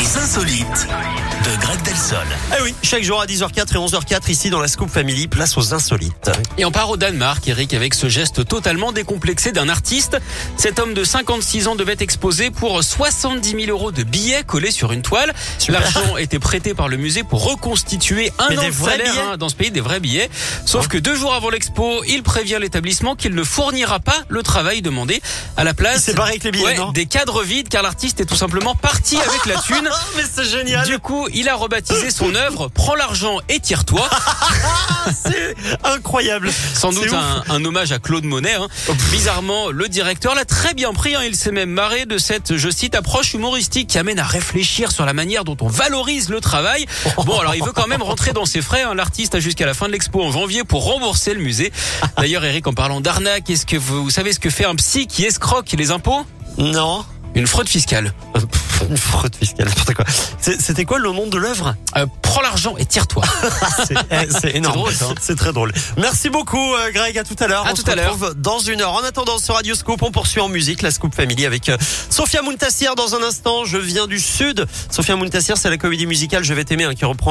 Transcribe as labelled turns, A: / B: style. A: insolite de Greg Delsol.
B: Eh oui, chaque jour à 10h04 et 11h04 ici dans la Scoop Family, place aux insolites.
C: Et on part au Danemark, Eric, avec ce geste totalement décomplexé d'un artiste. Cet homme de 56 ans devait exposer pour 70 000 euros de billets collés sur une toile. L'argent était prêté par le musée pour reconstituer un
B: Mais
C: an
B: des
C: de
B: vrais
C: salaire
B: billets
C: hein, dans ce pays, des vrais billets. Sauf que deux jours avant l'expo, il prévient l'établissement qu'il ne fournira pas le travail demandé. À la place,
B: Il s'est barré avec les billets,
C: ouais,
B: non
C: des cadres vides, car l'artiste est tout simplement parti avec la thune.
B: Ah, mais c'est génial
C: Du coup, il a rebaptisé son œuvre Prends l'argent et tire-toi.
B: C'est incroyable
C: Sans
B: C'est
C: doute
B: ouf. Oh,
C: un, un hommage à Claude Monet. hein. Bizarrement, le directeur l'a très bien pris. hein. Il s'est même marré de cette, je cite, approche humoristique qui amène à réfléchir sur la manière dont on valorise le travail. Bon, alors il veut quand même rentrer dans ses frais. hein. L'artiste a jusqu'à la fin de l'expo en janvier pour rembourser le musée. D'ailleurs, Eric, en parlant d'arnaque, est-ce que vous, vous savez ce que fait un psy qui escroque les impôts
B: Non
C: Une fraude fiscale.
B: Pff, Une fraude fiscale, n'importe quoi. C'est- C'était quoi le nom de l'œuvre
C: Euh, prends l'argent et tire-toi.
B: C'est eh, c'est énorme.
C: drôle, ça.
B: C'est très drôle. Merci beaucoup, euh, Greg. À tout à l'heure.
C: À
B: on
C: tout
B: se
C: à l'heure.
B: retrouve dans une heure. En attendant, sur Radio Scoop, on poursuit en musique la Scoop Family avec euh, Sophia Muntassir dans un instant. Je viens du Sud. Sophia Muntassir, c'est la comédie musicale Je vais t'aimer hein, qui reprend